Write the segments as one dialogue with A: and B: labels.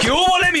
A: ¿Qué hubo, le, mi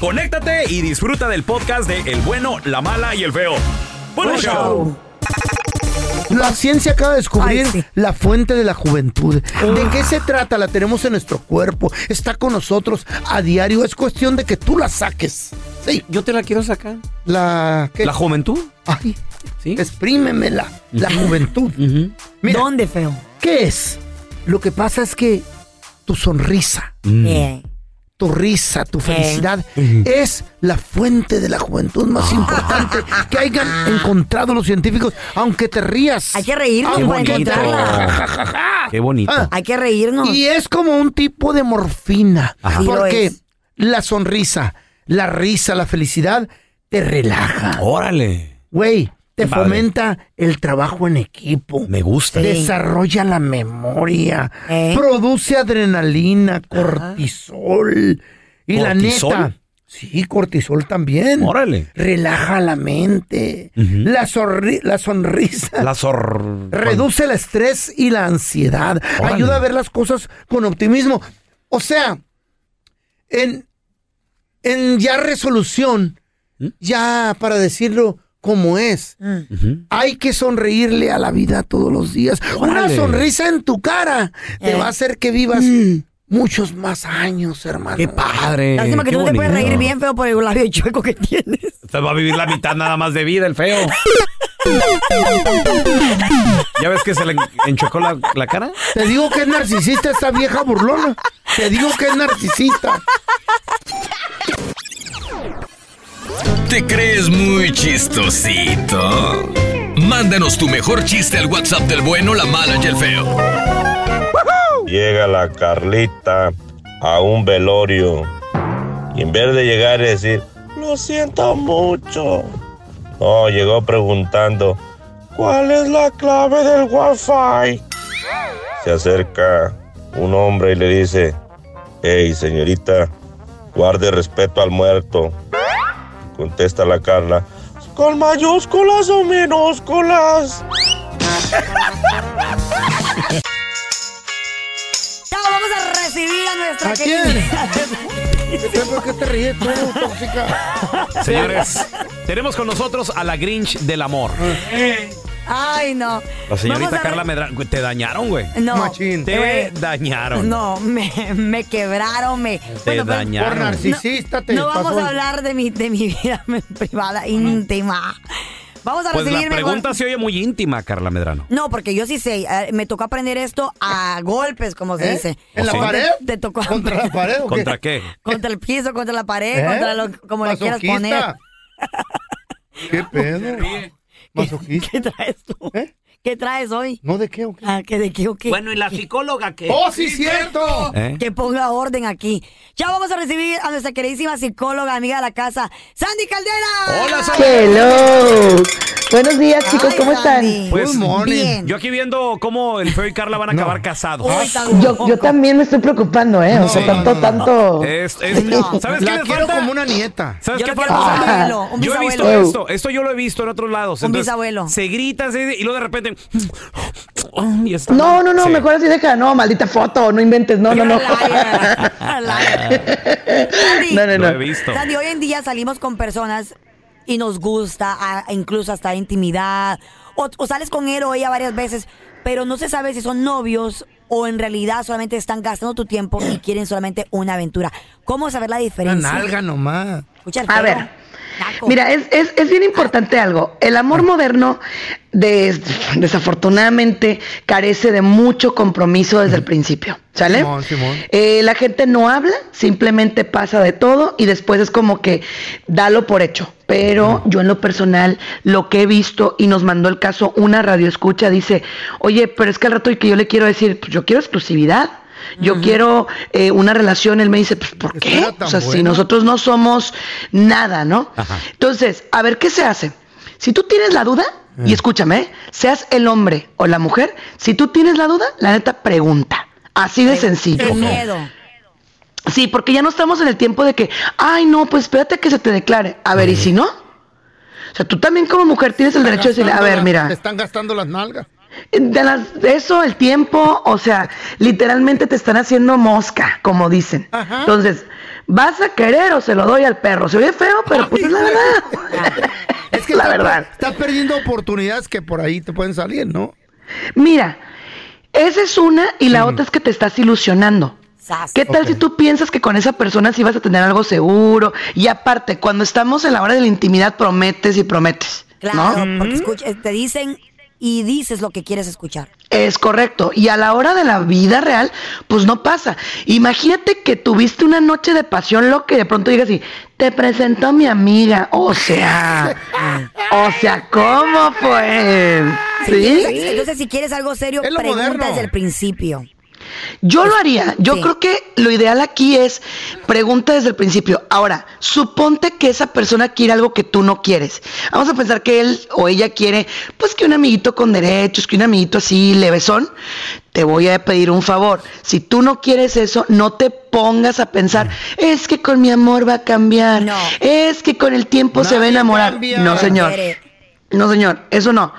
A: conéctate y disfruta del podcast de El bueno, la mala y el feo. Buen
B: Buen
A: show.
B: show. La ciencia acaba de descubrir la fuente de la juventud. ¿De qué se trata? La tenemos en nuestro cuerpo. Está con nosotros a diario. Es cuestión de que tú la saques. Sí.
C: Yo te la quiero sacar.
B: La, ¿qué?
C: ¿La juventud?
B: Ay,
C: Sí.
B: exprímemela. La juventud. Mira,
D: ¿Dónde, feo?
B: ¿Qué es? Lo que pasa es que tu sonrisa,
C: Mm.
D: Bien.
B: tu risa, tu felicidad es la fuente de la juventud más importante que hayan encontrado los científicos, aunque te rías.
D: Hay que reírnos para
B: aunque te
D: encontrarla.
C: Qué bonito.
B: Ah,
D: Hay que reírnos.
B: Y es como un tipo de morfina,
D: Sí lo
B: porque
D: es.
B: la sonrisa, la risa, la felicidad te relaja.
C: Órale.
B: Güey, te
C: Vale.
B: fomenta el trabajo en equipo.
C: Me gusta.
D: Sí.
B: Desarrolla la memoria,
D: ¿Eh?
B: produce adrenalina, cortisol. Y la
C: ¿Cortisol?
B: neta, sí, cortisol también.
C: Órale.
B: Relaja la mente. la, sorri- la sonrisa
C: La sor...
B: Reduce el estrés y la ansiedad.
C: Órale.
B: Ayuda a ver las cosas con optimismo. O sea, en, en ya resolución,
C: ¿Mm?
B: ya para decirlo como es,
D: Mm.
B: hay que sonreírle a la vida todos los días. Una
C: Órale.
B: sonrisa en tu cara te
D: Eh. Mm.
B: va a hacer que vivas muchos más años, hermano.
C: Qué padre.
D: Lástima que
C: qué
D: tú no te puedes
C: bonito.
D: reír bien, feo, por el labio chueco que tienes.
C: Usted va a vivir la mitad nada más de vida, el feo. ¿Ya ves que se le enchocó la, la cara?
B: Te digo que es narcisista esta vieja burlona. Te digo que es narcisista.
E: ¿Te crees muy chistosito? Mándanos tu mejor chiste al WhatsApp del bueno, la mala y el feo.
F: Llega la Carlita a un velorio y en vez de llegar y decir, lo siento mucho, no, llegó preguntando, ¿cuál es la clave del wifi? Se acerca un hombre y le dice, hey señorita, guarde respeto al muerto. Contesta la Carla, ¿con mayúsculas o minúsculas?
D: Ya, vamos a recibir a nuestra
B: ¿A
D: querida-
B: quién? ¿Por qué te ríes tú, tóxica?
C: Señores, tenemos con nosotros a la Grinch del amor.
D: Ay, no.
C: La
D: Vamos
C: señorita
D: a
C: Carla
D: ver-
C: Medrano. Te dañaron, güey.
D: No.
B: Machín.
C: Te dañaron.
D: No, me, me quebraron, me.
C: Te
D: Bueno, pero-
B: Por
C: dañaron.
B: narcisista te
D: No vamos
B: pasó.
D: a hablar de mi, de mi vida privada íntima. Vamos a
C: Pues la
D: recibirme.
C: pregunta se oye muy íntima, Carla Medrano.
D: No, porque yo sí sé, eh, me tocó aprender esto a golpes, como se
B: ¿Eh?
D: dice.
B: ¿En la
D: Te-
B: pared?
D: Te tocó
B: ¿Contra la pared o qué?
C: ¿Contra qué?
D: contra el piso, contra la pared,
B: ¿Eh?
D: contra lo como le quieras poner.
B: Masoquista. ¿Qué pedo? Masoquista.
D: ¿Qué traes tú?
B: ¿Eh?
D: ¿Qué traes hoy?
B: ¿No de qué o
D: qué? Ah, que de qué o qué.
G: Bueno, ¿y la psicóloga qué?
B: ¡Oh, sí, cierto!
A: ¿Eh?
D: Que ponga orden aquí. Ya vamos a recibir a nuestra queridísima psicóloga, amiga de la casa, Sandy Caldera.
A: Hola, Sandy.
H: Hello. Buenos días, chicos, ¿cómo están?
A: Pues,
D: Bien.
A: Yo aquí viendo cómo el feo y Carla van a acabar casados.
H: Yo, yo también me estoy preocupando, ¿eh? O sea, tanto, tanto.
A: Es- es- ¿Sabes qué
B: La
A: les
B: quiero
A: falta?
B: como una nieta.
A: ¿Sabes
B: Yo
A: qué
B: la quiero
A: falta?
H: Ah.
B: como un
A: Sandy?
B: abuelo, un
A: yo he visto
B: bisabuelo.
A: esto. Esto yo lo he visto en otros lados.
D: Un
A: Entonces,
D: bisabuelo.
A: Se gritan se- y luego de repente. y está-
H: Mm. No, no, no,
A: Sí.
H: mejor así deja. No, maldita foto, no inventes. No, no, no. No, no,
A: Lo he
H: no.
A: visto.
D: Sandy, hoy en día salimos con personas y nos gusta, a- incluso hasta intimidad, o, o sales con él o ella varias veces, pero no se sabe si son novios o en realidad solamente están gastando tu tiempo y quieren solamente una aventura. ¿Cómo saber la
B: Una
D: diferencia?
B: nalga nomás.
D: Escucha el
H: A
D: feo.
H: ver. Mira, es, es, es bien importante algo. El amor moderno, des- desafortunadamente, carece de mucho compromiso desde el principio. ¿Sale?
B: Simón, Simón.
H: Eh, la gente no habla, simplemente pasa de todo y después es como que dalo por hecho. Pero yo en lo personal, lo que he visto y nos mandó el caso una radio escucha, dice, oye, pero es que al rato y que yo le quiero decir, pues yo quiero exclusividad. Yo quiero eh, una relación, él me dice, pues ¿por qué?
B: era tan
H: O sea, si
B: bueno.
H: nosotros no somos nada, ¿no? Entonces, a ver, ¿qué se hace? Si tú tienes la duda, y escúchame, ¿eh? seas el hombre o la mujer, si tú tienes la duda, la neta pregunta. Así de sencillo.
D: Qué miedo.
H: Sí, porque ya no estamos en el tiempo de que, ay, no, pues espérate que se te declare. A ver, ¿y si no? O sea, tú también como mujer tienes el derecho de decirle, a ver, mira,
B: Te están gastando las nalgas.
H: de las- de eso, el tiempo, o sea, literalmente te están haciendo mosca, como dicen.
B: Ajá.
H: Entonces, ¿vas a querer o se lo doy al perro? Se oye feo, pero pues es la verdad.
B: Es que
H: La
B: estás-
H: verdad.
B: Estás perdiendo oportunidades que por ahí te pueden salir, ¿no?
H: Mira, esa es una y la otra es que te estás ilusionando.
D: Sas.
H: ¿Qué tal si tú piensas que con esa persona sí vas a tener algo seguro? Y aparte, cuando estamos en la hora de la intimidad, prometes y prometes.
D: Claro,
H: ¿no?
B: Mm-hmm.
D: porque escucha- te dicen y dices lo que quieres escuchar.
H: Es correcto. Y a la hora de la vida real, pues no pasa. Imagínate que tuviste una noche de pasión lo que de pronto digas y te presento a mi amiga. O sea, o sea, ¿cómo pues?
D: Entonces,
H: ¿Sí?
D: entonces, si quieres algo serio,
B: Es lo
D: pregunta
B: moderno.
D: desde el principio.
H: Yo lo haría. Yo
D: Sí.
H: creo que lo ideal aquí es pregunta desde el principio. Ahora, suponte que esa persona quiere algo que tú no quieres. Vamos a pensar que él o ella quiere, pues que un amiguito con derechos, que un amiguito así levesón. Te voy a pedir un favor. Si tú no quieres eso, no te pongas a pensar, es que con mi amor va a cambiar.
D: Mm. No.
H: Es que con el tiempo se va a
B: Nadie
H: enamorar.
B: cambia.
H: No, señor.
D: Quiere.
H: No, señor, eso no.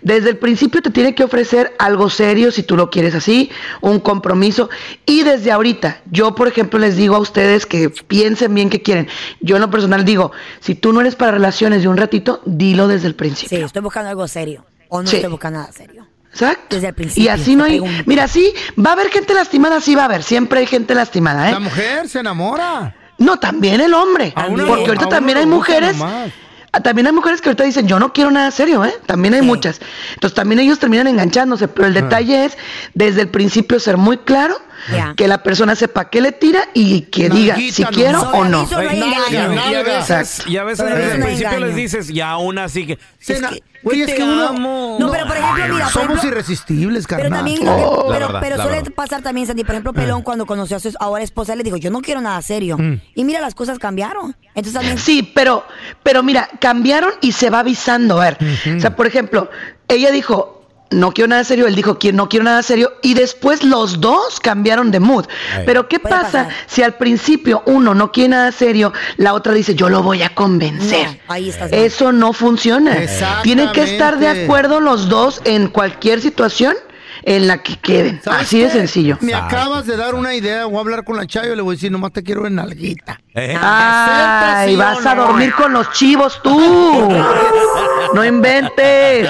H: Desde el principio te tiene que ofrecer algo serio, si tú lo quieres así, un compromiso. Y desde ahorita, yo por ejemplo les digo a ustedes que piensen bien qué quieren. Yo en lo personal digo, si tú no eres para relaciones de un ratito, dilo desde el
D: Sí,
H: principio.
D: estoy buscando algo serio. O no
H: Sí.
D: estoy buscando nada serio.
H: Exacto.
D: Desde el principio,
H: Y así no
D: te
H: hay...
D: pregunto.
H: Mira, sí, va a haber gente lastimada, sí va a haber. Siempre hay gente lastimada, ¿eh?
B: La mujer se enamora.
H: No, también el hombre.
B: A uno-
H: porque ahorita
B: a uno
H: también
B: le
H: hay
B: gusta
H: mujeres.
B: nomás.
H: ah, También hay mujeres que ahorita dicen, yo no quiero nada serio, ¿eh? También hay
D: Sí. Ah.
H: muchas. Entonces también ellos terminan enganchándose, pero el detalle es desde el principio ser muy claro,
D: Ya.
H: que la persona sepa qué le tira y que
B: Nalguita
H: diga si
B: nomás.
H: quiero
D: Sobre
H: o no.
D: aviso no hay
B: Nalga,
D: engaño.
B: nalga.
A: Y a veces,
H: Exacto.
A: y a veces
B: Pero
A: desde
B: es
A: el
B: un
A: principio
D: engaño.
A: les dices, y aún así que.
B: Se na-
A: es que,
B: Güey, es
A: te
B: que uno.
A: amo.
D: No, pero por ejemplo, mira, por
B: Somos
D: ejemplo-
B: irresistibles,
D: Pero
B: carnal.
D: también,
H: Oh,
D: lo que-
A: la
D: pero,
A: verdad,
D: pero
A: la
D: suele
A: verdad.
D: pasar también, Sandy. Por ejemplo, Pelón, cuando conoció a su ahora esposa, él le dijo, yo no quiero nada serio. Y mira, las cosas cambiaron. Entonces también...
H: Sí, pero, pero mira, cambiaron y se va avisando. A ver, o sea, por ejemplo, ella dijo, no quiero nada serio, él dijo, "Qui- no quiero nada serio, y después los dos cambiaron de mood. Pero ¿qué
D: Puede
H: pasa
D: pasar.
H: si al principio uno no quiere nada serio, la otra dice, yo lo voy a convencer?
D: No, ahí estás mal.
H: Eso no funciona.
B: Exactamente.
H: Tienen que estar de acuerdo los dos en cualquier situación en la que queden.
B: ¿Sabes
H: Así de
B: qué?
H: sencillo.
B: Me acabas de dar una idea. Voy a hablar con la Chayo y le voy a decir, nomás te quiero en nalguita.
A: Eh,
H: Ay,
B: ¿Aceptas sí
H: vas
B: o
H: a
B: no?
H: dormir con los chivos tú. No inventes.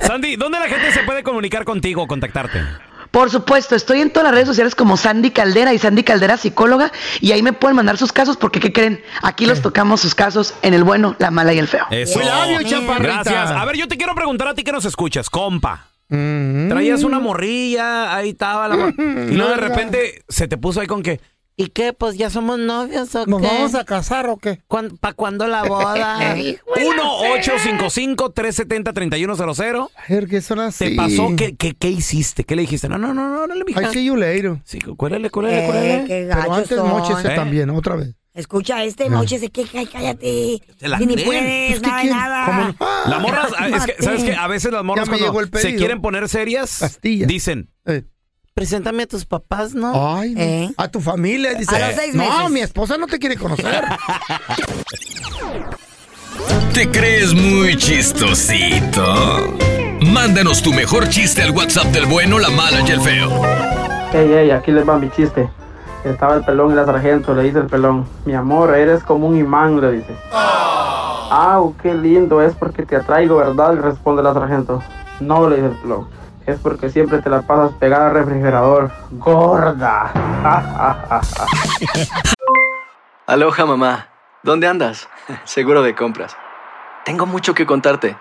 A: Sandy, ¿dónde la gente se puede comunicar contigo o contactarte?
H: Por supuesto, estoy en todas las redes sociales como Sandy Caldera y Sandy Caldera psicóloga y ahí me pueden mandar sus casos porque ¿qué creen? Aquí los tocamos sus casos en el bueno, la mala y el feo.
A: Eso.
B: We love you, chaparrita.
A: Gracias. A ver, yo te quiero preguntar a ti que nos escuchas, compa.
H: Mm.
A: Traías una morrilla, ahí estaba la mor- Y luego de repente se te puso ahí con que.
G: ¿Y qué? Pues ya somos novios o
B: ¿Nos
G: qué?
B: vamos a casar o qué?
G: ¿Para cuándo la
A: ¿Eh?
G: boda?
A: 1-855-370-3100.
B: que son así.
A: ¿Te pasó? ¿Qué, qué, qué hiciste? ¿Qué le dijiste? No, no, no, no, no, mija.
B: I see you later.
A: Sí, cuélale, cuélale,
D: Eh,
A: cuélale.
D: qué
B: Pero
D: gachos
B: antes
D: son.
B: mochese
A: ¿Eh?
B: también, otra vez.
D: Escucha, este
B: No.
D: moche se que ay, cállate.
A: Te la
D: Si ni
A: creen.
D: puedes,
A: Pues, ¿qué
D: nada, de
A: quiere?
D: nada.
A: La morra, ah, es que, ¿sabes qué? A veces las morras
G: Ah. Ya me llegó
A: cuando
G: el
A: se
G: pedido.
A: quieren poner serias, dicen,
G: Preséntame a tus papás, ¿no?
B: Ay, no. a tu familia. Dice,
G: A los seis
B: no,
G: meses.
B: mi esposa no te quiere conocer.
E: ¿Te crees muy chistosito? Mándanos tu mejor chiste al WhatsApp del bueno, la mala y el feo.
I: Ey, ey, aquí les va mi chiste. Estaba el pelón y la sargento, le dice el pelón, mi amor, eres como un imán, le dice. Ah, qué lindo, es porque te atraigo, ¿verdad? Le responde la sargento. No, le dice el pelón, es porque siempre te la pasas pegada al refrigerador, gorda.
J: Aloha mamá, ¿dónde andas? Seguro de compras. Tengo mucho que contarte.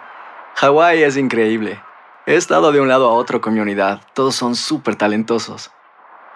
J: Hawái es increíble. He estado de un lado a otro con mi unidad. Todos son súper talentosos.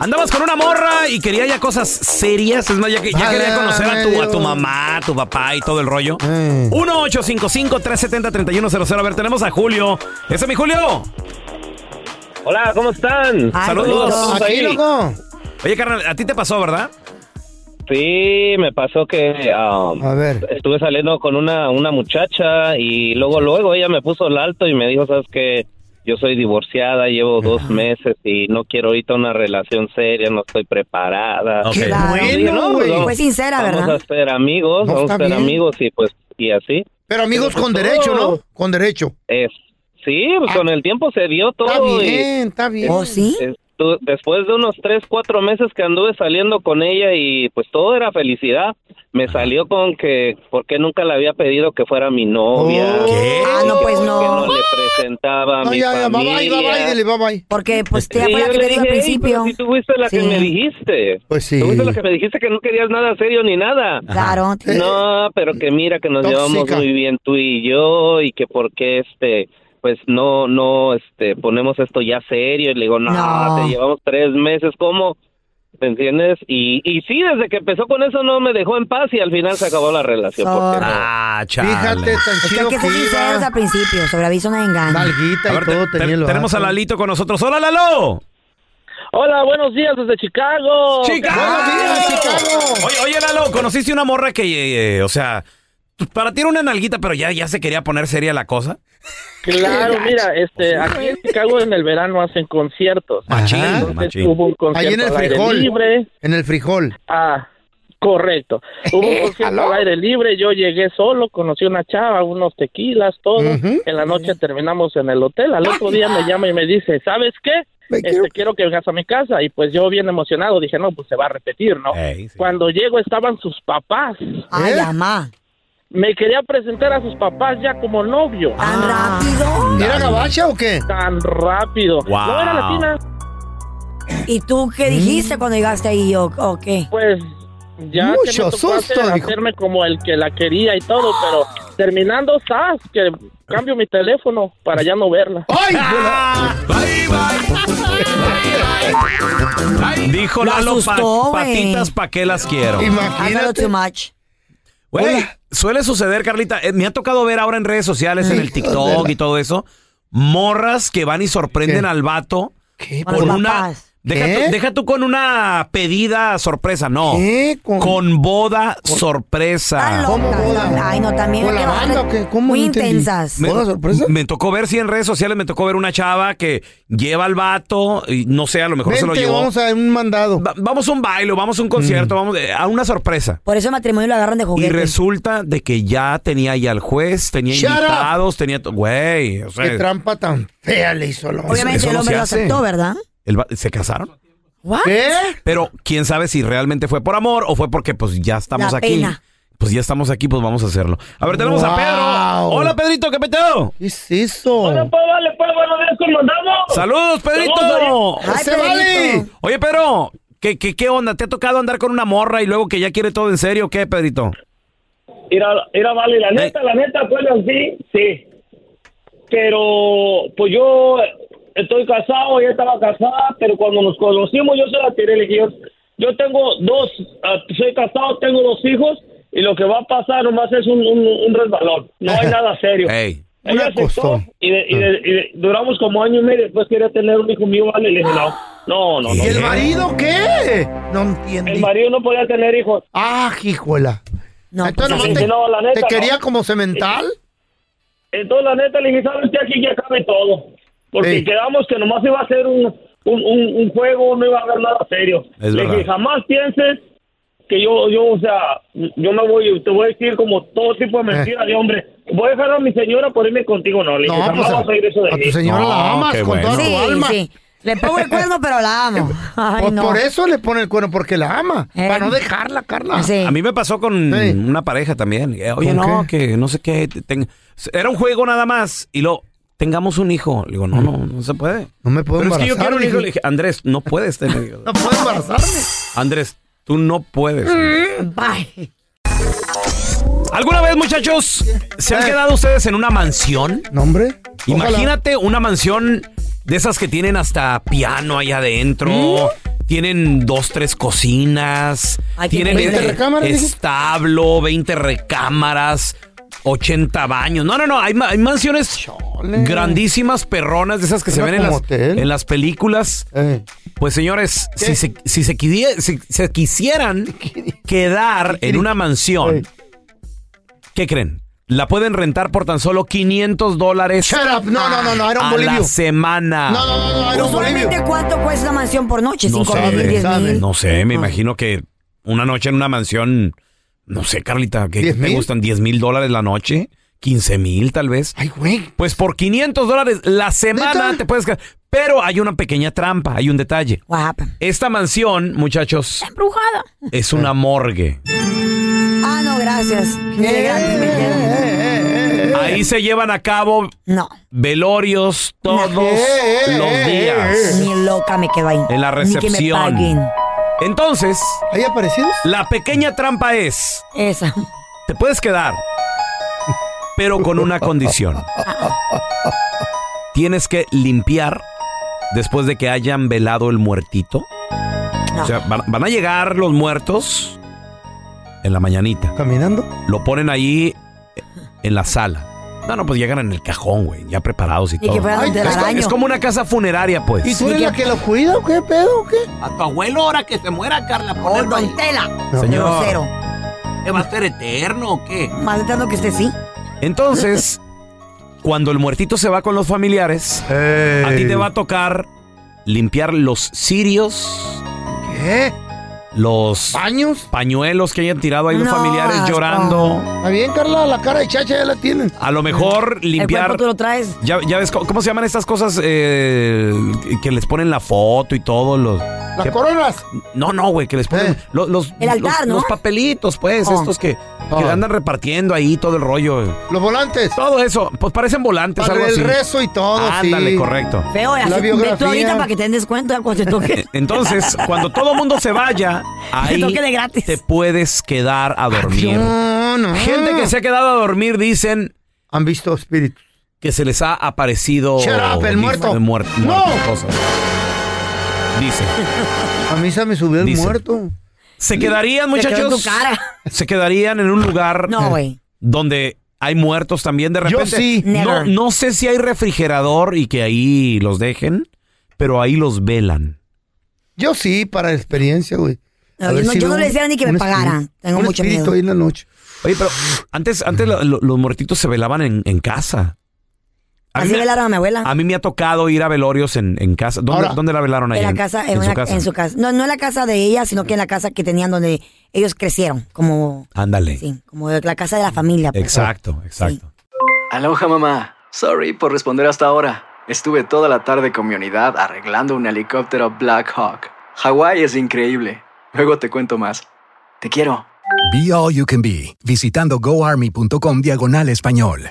A: Andabas con una morra y quería ya cosas serias. Es más, ya, que- ya
C: Vale,
A: quería conocer a tu,
C: medio.
A: a tu mamá, a tu papá y todo el rollo. 1-855-370-3100. A ver, tenemos a Julio. Ese es mi Julio.
K: Hola, ¿cómo están?
A: Saludos.
K: Saludos. Aquí, loco.
A: Oye, carnal, a ti te pasó, ¿verdad?
K: Sí, me pasó que um, estuve saliendo con una, una muchacha y luego, luego ella me puso el alto y me dijo, ¿sabes qué? Yo soy divorciada, llevo dos meses y no quiero ahorita una relación seria, no estoy preparada.
D: Qué
K: Y dije,
D: bueno,
K: "No,
D: güey.
K: no,
D: Fue sincera,
K: vamos
D: ¿verdad?
K: a ser amigos,
B: No,
K: vamos a
B: está
K: ser
B: bien.
K: amigos y pues, y así.
B: Pero amigos
K: Pero,
B: con
K: pues,
B: derecho,
K: todo.
B: ¿no? Con derecho. Ah.
K: Es, sí, pues, con el tiempo se dio todo. y-
B: bien, está bien.
K: ¿Oh,
D: sí?
K: Estu- Después de unos tres, cuatro meses que anduve saliendo con ella y pues todo era felicidad, me salió con que porque nunca le había pedido que fuera mi
B: Oh.
K: novia.
D: Ah, no, pues no.
K: No le presentaba a
B: No,
K: mi
B: ya, ya, bye
K: familia.
B: bye, bye bye, dile bye bye.
D: Porque, pues, te
K: Sí,
D: fue la
K: yo
D: que
K: le
D: te dije al
K: dije, "Ey,
D: principio.
K: pero si tú fuiste la que me dijiste.
B: Pues sí.
K: Tú fuiste la que me dijiste que no querías nada serio ni nada.
D: Claro.
K: No, pero que mira que nos
D: Tóxica.
K: llevamos muy bien tú y yo y que por qué este pues no no este ponemos esto ya serio y le digo, "No,
D: No.
K: te llevamos tres meses ¿cómo?" ¿Me entiendes? Y, y sí, desde que empezó con eso no me dejó en paz y al final se acabó la relación. ¿por qué no?
A: Ah, chale.
D: Es que hay que ser sinceros al principio. Sobre aviso no hay engaño.
B: Nalguita
A: A ver, te- te- tenemos a Lalito con nosotros. ¡Hola, Lalo!
K: Hola, buenos días desde Chicago.
A: ¡Chicago! Oye, oye, Lalo, conociste una morra que, eh, eh, o sea, pues, para ti era una nalguita, pero ya, ya se quería poner seria la cosa.
K: Claro, mira, este, aquí en Chicago en el verano hacen conciertos.
A: Machín,
K: Entonces,
A: machín.
K: Hubo un concierto
B: Ahí en el
K: al aire
B: frijol.
K: libre.
B: En el frijol.
K: Ah, correcto. Hubo un
B: Eh,
K: concierto
B: aló.
K: al aire libre, yo llegué solo, conocí una chava, unos tequilas, todo. En la noche terminamos en el hotel. Al otro día me llama y me dice, ¿sabes qué? Este, quiero... que vengas a mi casa. Y pues yo bien emocionado dije, no, pues se va a repetir, ¿no? Cuando llego estaban sus papás.
B: ¿Eh?
D: Ay, mamá.
K: Me quería presentar a sus papás ya como novio.
D: ¿Tan rápido?
B: Ah. ¿Era gabacha o qué?
K: Tan rápido.
B: Wow.
K: No era latina.
B: Mm.
D: ¿Y tú qué dijiste cuando llegaste ahí o, o qué?
K: Pues
L: Ya que me
B: Mucho
L: tocó
B: susto,
L: hacer-
B: dijo.
L: hacerme como el que la quería y todo, pero terminando, ¿sabes? Que cambio mi teléfono para ya no verla.
A: Dijo
D: Lo
A: Lalo, pa-
D: asustó, güey.
A: patitas, ¿pa' qué las quiero?
D: Hágalo too much.
A: Güey, suele suceder, Carlita. eh, me ha tocado ver ahora en redes sociales, en el TikTok y todo eso, morras que van y sorprenden al vato
D: Con
A: con
D: los
A: una.
D: papás.
A: Deja
D: ¿Qué?
A: tú, deja tú con una pedida sorpresa, no. ¿Con? boda
D: Ah,
A: sorpresa.
D: Ay, no, también. hay que bajarle- Muy intensas.
A: Me, me tocó ver, sí, en redes sociales me tocó ver una chava que lleva al vato, y no sé, a lo mejor se lo
B: Vente,
A: llevó.
B: vamos a un mandado.
A: vamos a un baile, vamos a un concierto, vamos eh, a una sorpresa.
D: Por eso el matrimonio lo agarran de
A: Y
D: juguete.
A: resulta de que ya tenía ya al juez, tenía
B: Shut up.
A: invitados, tenía... to- Güey, o sea,
B: Qué trampa tan fea le hizo el hombre.
A: Obviamente Pues, Eso- eso el no hombre se lo hace. aceptó,
D: ¿verdad?
A: el va- ¿se casaron?
D: ¿What?
A: Pero quién sabe si realmente fue por amor o fue porque pues ya estamos
D: La
A: aquí.
D: pena.
A: Pues ya estamos aquí, pues vamos a hacerlo. A ver, tenemos a Pedro.
B: Wow.
A: Hola, Pedrito, ¿qué peteo?
B: ¿Qué es eso?
A: Hola,
L: pues, vale, pues, buenos días, ¿cómo andamos?
A: ¡Saludos, Pedrito!
L: Saludos, Ay,
A: ¡Se
L: Pedrito.
A: vale! Oye, Pedro, ¿qué, qué, ¿qué onda? ¿Te ha tocado andar con una morra y luego que ya quiere todo en serio o qué, Pedrito?
L: Mira, mira, vale, la neta, la neta, pues así, sí. Pero, pues yo estoy casado, ella estaba casada, pero cuando nos conocimos yo se la tiré, le dije, yo, yo tengo dos, ah, soy casado, tengo dos hijos, y lo que va a pasar nomás es un, un, un resbalón, no hay nada serio.
B: una
L: Ella aceptó,
B: costón.
L: y, de- y
A: Ah.
L: de- y de- duramos como año y medio, después quería tener un hijo mío, vale, y le dije, no, no, no. no
B: ¿Y el
L: no.
B: marido qué? No entiendo. El
L: marido no podía tener hijos.
B: Ah, hijuela.
L: pues,
B: Entonces,
L: sí,
B: nomás te,
L: sí, no, la neta,
B: te quería
L: no.
B: como cemental.
L: Entonces, la neta, le dije, ¿sabes qué? Aquí ya cabe todo. Porque
B: Sí.
L: quedamos que nomás iba a ser un, un, un- un juego, no iba a haber nada serio.
M: Es
L: le
M: verdad.
L: dije, jamás pienses que yo, yo, o sea, yo me voy, te voy a decir como todo tipo de
B: Eh.
L: mentiras de hombre. Voy a dejar a mi señora por irme contigo, no. Le dije,
B: No,
L: jamás
B: pues, a-
L: vas a oír eso de
B: a
L: mí.
B: tu señora la No, amas qué con bueno. toda tu
D: Sí,
B: alma.
D: sí. Le pongo el cuerno, pero la amo. Ay,
B: Pues
D: no.
B: por eso le pone el cuerno, porque la ama.
D: Eh.
B: Para no dejarla, Carla.
A: A mí me pasó con una pareja también. Eh, Oye,
B: ¿Con
A: no, que no sé qué. te- ten- Era un juego nada más y lo tengamos un hijo. Le digo, no, no, no se puede.
B: Mm. No me puedo
A: Pero es que yo quiero
B: embarazar,
A: un hijo.
B: dije.
A: Le dije, Andrés, no puedes tener hijos.
B: No puedo embarazarme.
A: Andrés, tú no puedes.
D: Bye.
A: ¿Alguna vez, muchachos, se
B: Eh.
A: han quedado ustedes en una mansión?
B: No, hombre.
A: Imagínate una mansión de esas que tienen hasta piano ahí adentro.
B: ¿Mm?
A: Tienen dos, tres cocinas.
B: Ay, qué
A: tienen
B: increíble.
A: eh,
B: 20 recámaras, dijiste.
A: establo, 20 recámaras, 80 baños. No, no, no. Hay, ma- hay mansiones grandísimas, perronas, de esas que se
B: Suena
A: ven en
B: como Eh.
A: las, en las películas. Pues señores, si se, si, se quidie- si se quisieran quedar en una mansión, ¿qué creen? La pueden rentar por tan solo 500 dólares.
B: Shut up. No, no, no, no, Iron
A: a
B: Bolivio.
A: la semana.
B: No, no, no, no, Iron
D: Usualmente, ¿cuánto cuesta una mansión por noche?
A: Ah. No
D: ¿Cinco mil, diez
A: sé,
D: mil?
A: no sé, me imagino que una noche en una mansión, no sé, Carlita, ¿qué, qué te gustan? ¿10 mil dólares la noche? ¿15 mil tal vez?
B: Ay, güey.
A: Pues por 500 dólares la semana te puedes quedar. Pero hay una pequeña trampa, hay un detalle. Esta mansión, muchachos,
D: Brujada.
A: es una morgue.
D: Ah, no, gracias. Ni de gratis
B: Eh,
D: me quedo.
A: Ahí se llevan a cabo velorios todos los días.
D: Ni loca me quedo ahí.
A: En la
D: Ni que me
A: recepción.
D: paguen.
A: Entonces,
B: ¿hay aparecidos?
A: La pequeña trampa es
D: esa.
A: Te puedes quedar, pero con una condición. Tienes que limpiar después de que hayan velado el muertito. O sea, van, van a llegar los muertos en la mañanita.
B: Caminando.
A: Lo ponen ahí en la sala. No, no, pues llegan en el cajón, güey, ya preparados y,
B: que
A: todo.
B: fueran
A: Ay,
B: del
A: es, co-
B: araño.
A: es como una casa funeraria, pues.
B: ¿Y tú eres la que lo cuida o qué pedo o qué?
G: A tu abuelo ahora que se muera, Carla,
D: Oh,
G: por don Tela.
A: Señor.
D: Grosero.
G: ¿Te va a ser eterno o qué?
D: Más eterno que usted sí.
A: Entonces, cuando el muertito se va con los familiares, a ti te va a tocar limpiar los cirios.
B: ¿Qué?
A: Los
B: ¿Paños?
A: pañuelos que hayan tirado ahí los
B: No,
A: familiares
B: asco.
A: llorando.
B: Está bien, Carla, la cara de chacha ya la tienen.
A: A lo mejor
D: El
A: limpiar.
D: cuerpo tú lo traes.
A: Ya, ya ves, co- ¿cómo se llaman estas cosas eh, que les ponen la foto y todo? Los,
B: ¿Las coronas? Eh.
A: No, no, güey, que les ponen lo- los,
B: El altar,
A: los-
B: ¿no?
A: los papelitos, pues,
B: Ah.
A: estos que, que
B: Ah.
A: andan repartiendo ahí todo el rollo.
B: Los volantes.
A: Todo eso, pues parecen volantes,
B: Para
A: algo
B: el
A: así.
B: rezo y todo, sí.
A: Ándale, correcto.
D: Feo, así, ve tú ahorita para que te des cuenta cuando te toque.
A: Entonces, cuando todo mundo se vaya, ahí
D: toque de
A: te puedes quedar a dormir.
B: No, no.
A: Gente que se ha quedado a dormir dicen.
B: Mm. Han visto espíritus.
A: Que se les ha aparecido.
B: Shut up, el
A: dif-
B: muerto.
A: de muer-
B: No.
A: muertas cosas. Dice.
B: A mí se me subió el
A: Dice.
B: muerto.
A: Se quedarían,
B: Se quedó en
A: muchachos.
B: tu cara.
A: Se quedarían en un lugar.
B: No, güey.
A: Donde hay muertos también de
B: Yo
A: repente.
B: sí.
A: No,
B: Never.
A: no sé si hay refrigerador y que ahí los dejen, pero ahí los velan.
B: Yo sí, para experiencia, güey.
D: No,
B: A ver
D: yo no- yo no
B: veo
D: le hiciera ni que me
B: un
D: pagara.
B: espíritu-
D: Tengo
B: un
D: mucho
B: espíritu
D: miedo.
B: ahí en la noche.
A: Oye, pero antes, antes lo- lo- los muertitos se velaban en, en casa. A mí
D: Así
A: me-
D: velaron a mi abuela.
A: A mí me ha tocado ir a velorios en, en casa. ¿Dónde,
D: Ahora,
A: dónde la velaron ahí?
D: en la casa, en,
A: en
D: una-
A: su casa.
D: en su casa. No, no en la casa de ella, sino que en la casa que tenían donde ellos crecieron, como,
A: Ándale.
D: sí, como la casa de la familia. pues.
A: Exacto, exacto.
J: Aloha mamá. Sorry por responder hasta ahora. Estuve toda la tarde con mi unidad arreglando un helicóptero Black Hawk. Hawái es increíble. Luego te cuento más. Te quiero.
N: Be All You Can Be, visitando goarmy.com diagonal español.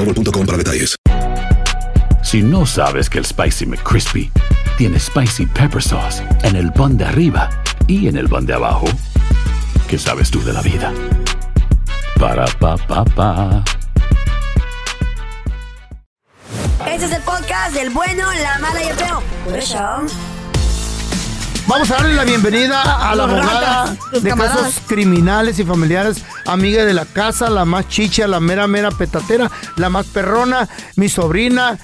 O: para detalles.
P: Si no sabes que el Spicy McCrispy tiene Spicy Pepper Sauce en el pan de arriba y en el pan de abajo, ¿qué sabes tú de la vida? Para, pa, pa, pa.
D: Ese Este es el podcast del bueno, la mala y el feo. Por eso.
B: Vamos a darle la bienvenida a la
D: Los
B: abogada
D: ratas, tus
B: de
D: camaradas.
B: casos criminales y familiares, amiga de la casa, la más chicha, la mera, mera petatera, la más perrona, mi sobrina,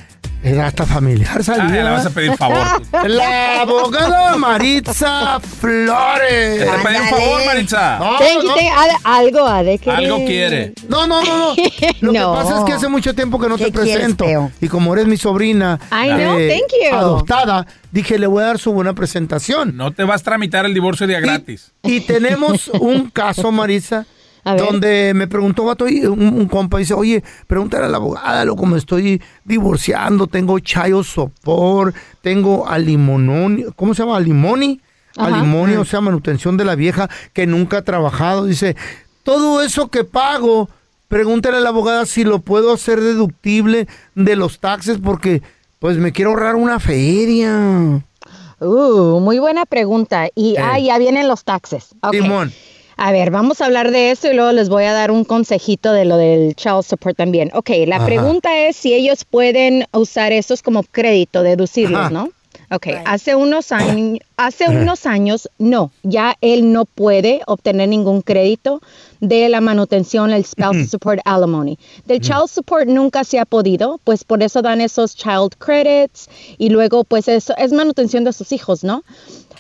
B: era hasta familiar salida.
M: ya le vas a pedir favor, tú.
B: La abogada Maritza Flores.
M: Te pedí un favor, Maritza.
B: No,
Q: Tiene que
B: no.
Q: tener al- algo ha de querer.
M: Algo quiere.
B: No, no, no, no. Lo
Q: No.
B: que pasa es que hace mucho tiempo que no te
Q: ¿Qué quieres,
B: presento. y como eres mi sobrina eh,
Q: I know, thank you.
B: adoptada, dije, le voy a dar su buena presentación.
M: No te vas a tramitar el divorcio día gratis.
B: Y tenemos un caso, Marisa,
M: ver.
B: donde me preguntó vato, y un, un compa, dice, oye, pregúntale a la abogada, loco, me estoy divorciando, tengo chayo sopor, tengo alimononi, ¿cómo se llama? Alimoni,
Q: Ajá. Mm.
B: alimoni, o sea, manutención de la vieja que nunca ha trabajado, dice, todo eso que pago, pregúntale a la abogada si lo puedo hacer deductible de los taxes porque, pues, me quiero ahorrar una feria.
Q: Uh, muy buena pregunta. Y
B: Eh.
Q: ah, ya vienen los taxes. Ok.
B: Simón.
Q: A ver, vamos a hablar de eso y luego les voy a dar un consejito de lo del child support también. Ok, la
R: Ajá.
Q: pregunta es si ellos pueden usar estos como crédito, deducirlos,
R: Ajá.
Q: ¿no? Ok, hace unos años, hace unos años, no, ya él no puede obtener ningún crédito de la manutención, el spouse support alimony. Del child support nunca se ha podido, pues por eso dan esos child credits y luego pues eso es manutención de sus hijos, ¿no?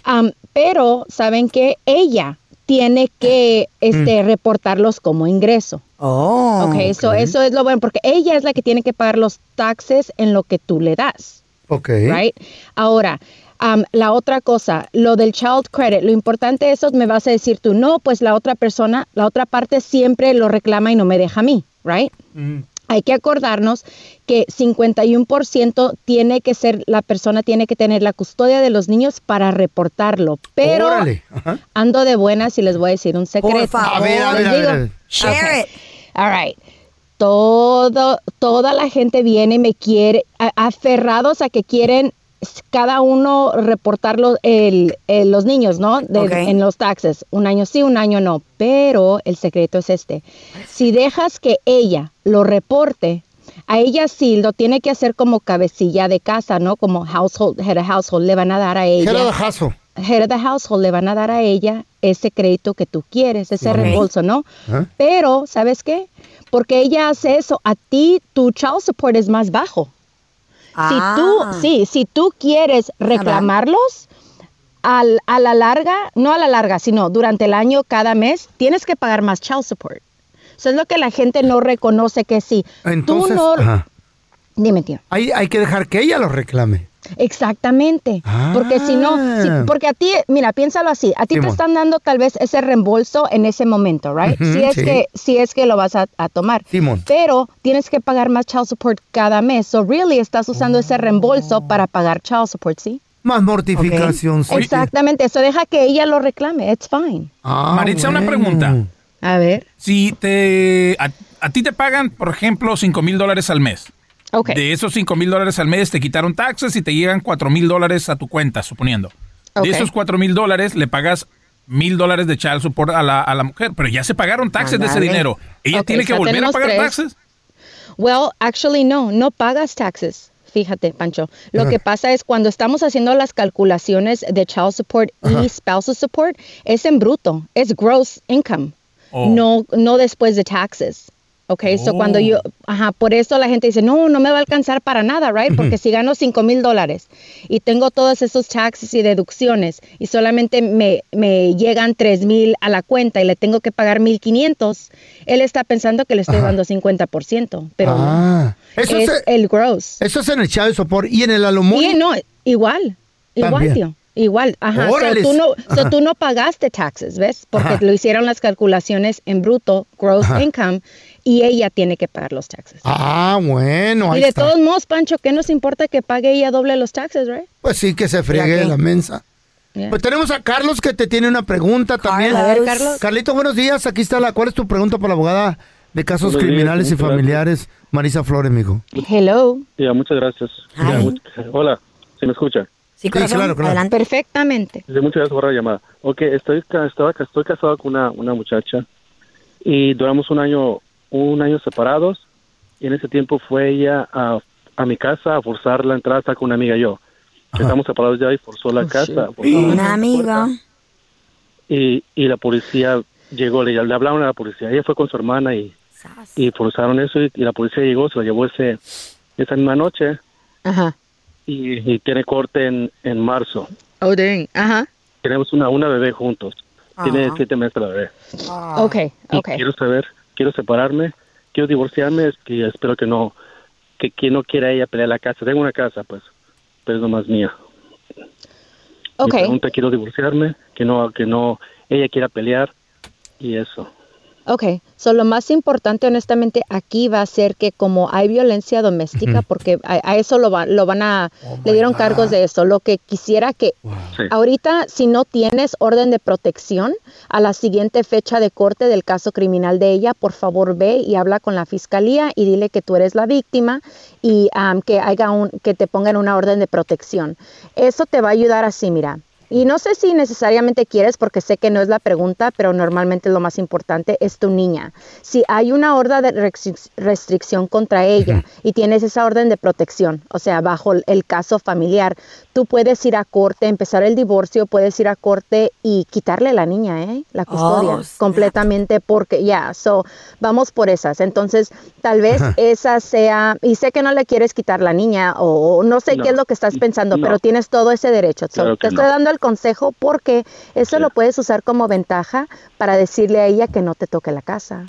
Q: Am, pero saben que ella tiene que este, reportarlos como ingreso.
D: Oh.
Q: ok, So, eso es lo bueno, porque ella es la que tiene que pagar los taxes en lo que tú le das.
B: Ok.
Q: Right? Ahora, um, la otra cosa, lo del child credit, lo importante de eso me vas a decir tú, no, pues la otra persona, la otra parte siempre lo reclama y no me deja a mí, right?
B: Mm.
Q: Hay que acordarnos que 51% tiene que ser, la persona tiene que tener la custodia de los niños para reportarlo. Pero
B: Órale. Ajá.
Q: ando de buenas y les voy a decir un secreto.
B: favor. A ver, a ver,
Q: Les
B: a ver,
Q: digo-
B: a ver.
Q: Ok. All right. Todo, toda la gente viene y me quiere, a- aferrados a que quieren s- cada uno reportar lo- el- el- los niños, ¿no? De-
R: Ok.
Q: En los taxes. Un año sí, un año no. Pero el secreto es este. Si dejas que ella lo reporte, a ella sí lo tiene que hacer como cabecilla de casa, ¿no? Como household, head of household, le van a dar a ella
B: Jera de Jaso.
Q: head of the household le van a dar a ella ese crédito que tú quieres, ese
B: Ok.
Q: reembolso, ¿no?
B: ¿Ah?
Q: Pero, ¿sabes qué? Porque ella hace eso, a ti tu child support es más bajo. Si
R: Ah.
Q: tú, sí, si tú quieres reclamarlos, al- a la larga, no a la larga, sino durante el año, cada mes, tienes que pagar más child support. Eso es lo que la gente no reconoce que sí.
B: Entonces,
Q: Tú no...
B: ajá.
Q: Dime, tío.
B: Hay, hay que dejar que ella lo reclame.
Q: Exactamente. Porque si no,
B: Ah.
Q: si- porque a ti, mira, piénsalo así, a ti te
B: Simón.
Q: están dando tal vez ese reembolso en ese momento, right?
B: Ujú,
Q: si es
B: sí.
Q: que si es que lo vas a, a tomar.
B: Simón.
Q: Pero tienes que pagar más child support cada mes, so really estás usando ese reembolso para pagar child support, ¿sí?
B: Más mortificación. Oh. sí.
Q: Exactamente, eso deja que ella lo reclame, it's fine.
B: Ah,
M: Maritza, una
B: bueno.
M: pregunta.
Q: A ver.
M: Si te. A, a ti te pagan, por ejemplo, 5 mil dólares al mes.
Q: Ok.
M: De esos 5 mil dólares al mes te quitaron taxes y te llegan 4 mil dólares a tu cuenta, suponiendo.
Q: Ok.
M: De esos 4 mil dólares le pagas mil dólares de child support a la, a la mujer, pero ya se pagaron taxes de
Q: Ándale.
M: ese dinero. ¿Ella
Q: Ok,
M: tiene que
Q: ya
M: volver a
Q: tenemos
M: pagar
Q: tres.
M: taxes?
Q: Well, actually no, no pagas taxes. Fíjate, Pancho. Lo
M: Ajá.
Q: que pasa es cuando estamos haciendo las calculaciones de child support
R: Ajá.
Q: y spousal support, es en bruto, es gross income.
R: Oh.
Q: No, no después de taxes. Ok, so cuando yo,
R: Oh.
Q: ajá, por eso la gente dice, no, no me va a alcanzar para nada, right? Porque si gano 5 mil dólares y tengo todos esos taxes y deducciones y solamente me, me llegan 3 mil a la cuenta y le tengo que pagar 1.500, él está pensando que le estoy dando 50%, pero no.
B: Ah, eso
Q: es
B: es-
Q: el gross.
B: Eso es en el chavo de sopor y en el alumón.
Q: Y no, igual, igual,
B: También.
Q: tío. Igual, ajá. So,
B: Órales.
Q: tú no, so,
B: Ajá.
Q: tú no pagaste taxes, ¿ves? Porque
B: Ajá.
Q: lo hicieron las calculaciones en bruto, gross
B: Ajá.
Q: income, y ella tiene que pagar los taxes.
B: Ah, bueno,
Q: y
B: ahí
Q: de
B: está.
Q: todos modos, Pancho, ¿qué nos importa que pague ella doble los taxes, right?
B: Pues sí, que se friegue la mensa.
Q: Yeah.
B: Pues tenemos a Carlos que te tiene una pregunta también.
Q: A ver, Carlos.
B: Carlito, buenos días. Aquí está la. ¿Cuál es tu pregunta para la abogada de casos
S: Buenos días,
B: criminales y
S: muchas
B: familiares, Marisa Flores, mijo?
Q: Hello.
S: Ya, muchas gracias. Ya, much- Hola, ¿se me escucha?
Q: Sí, Perfectamente.
S: Sí, muchas gracias por la llamada. Ok, estoy, ca- estaba, ca- estoy casado con una, una muchacha y duramos un año, un año separados y en ese tiempo fue ella a, a mi casa a forzar la entrada estaba con una amiga y yo. Estamos separados ya y forzó
D: Oh,
S: la casa. forzó la
D: Una amiga.
S: y, y la policía llegó, le, le hablaron a la policía, ella fue con su hermana y, y forzaron eso y, y la policía llegó, se la llevó ese, esa misma noche
Q: Ajá.
S: y, y tiene corte en, en marzo.
Q: Oh, dang. Ajá.
S: Tenemos una, una bebé juntos, tiene
Q: Ajá.
S: siete meses la bebé.
Q: Okay,
S: Y
Q: okay.
S: Quiero saber, quiero separarme, quiero divorciarme, es que espero que no, que, que no quiera ella pelear la casa. Tengo una casa, pues, pero es nomás mía.
Q: Ok.
S: Mi pregunta, quiero divorciarme, que no, que no, ella quiera pelear y eso.
Q: Ok, so lo más importante honestamente aquí va a ser que como hay violencia doméstica,
S: Ujú.
Q: porque a, a eso lo, va- lo van a, le dieron cargos de eso, lo que quisiera que
S: Sí.
Q: ahorita si no tienes orden de protección a la siguiente fecha de corte del caso criminal de ella, por favor ve y habla con la fiscalía y dile que tú eres la víctima y am, que, haga un, que te pongan una orden de protección. Eso te va a ayudar así, mira. Y no sé si necesariamente quieres, porque sé que no es la pregunta, pero normalmente lo más importante es tu niña. Si hay una orden de restric- restricción contra ella y tienes esa orden de protección, o sea, bajo el- el caso familiar, tú puedes ir a corte, empezar el divorcio, puedes ir a corte y quitarle la niña, ¿eh? La custodia
R: Oh,
Q: completamente porque ya, so vamos por esas. Entonces, tal vez
R: Ajá.
Q: esa sea, y sé que no le quieres quitar la niña o, o no sé
R: No,
Q: qué es lo que estás pensando,
R: no.
Q: pero tienes todo ese derecho. So,
R: Claro que
Q: te estoy
R: no.
Q: dando el consejo porque eso lo puedes usar como ventaja para decirle a ella que no te toque la casa.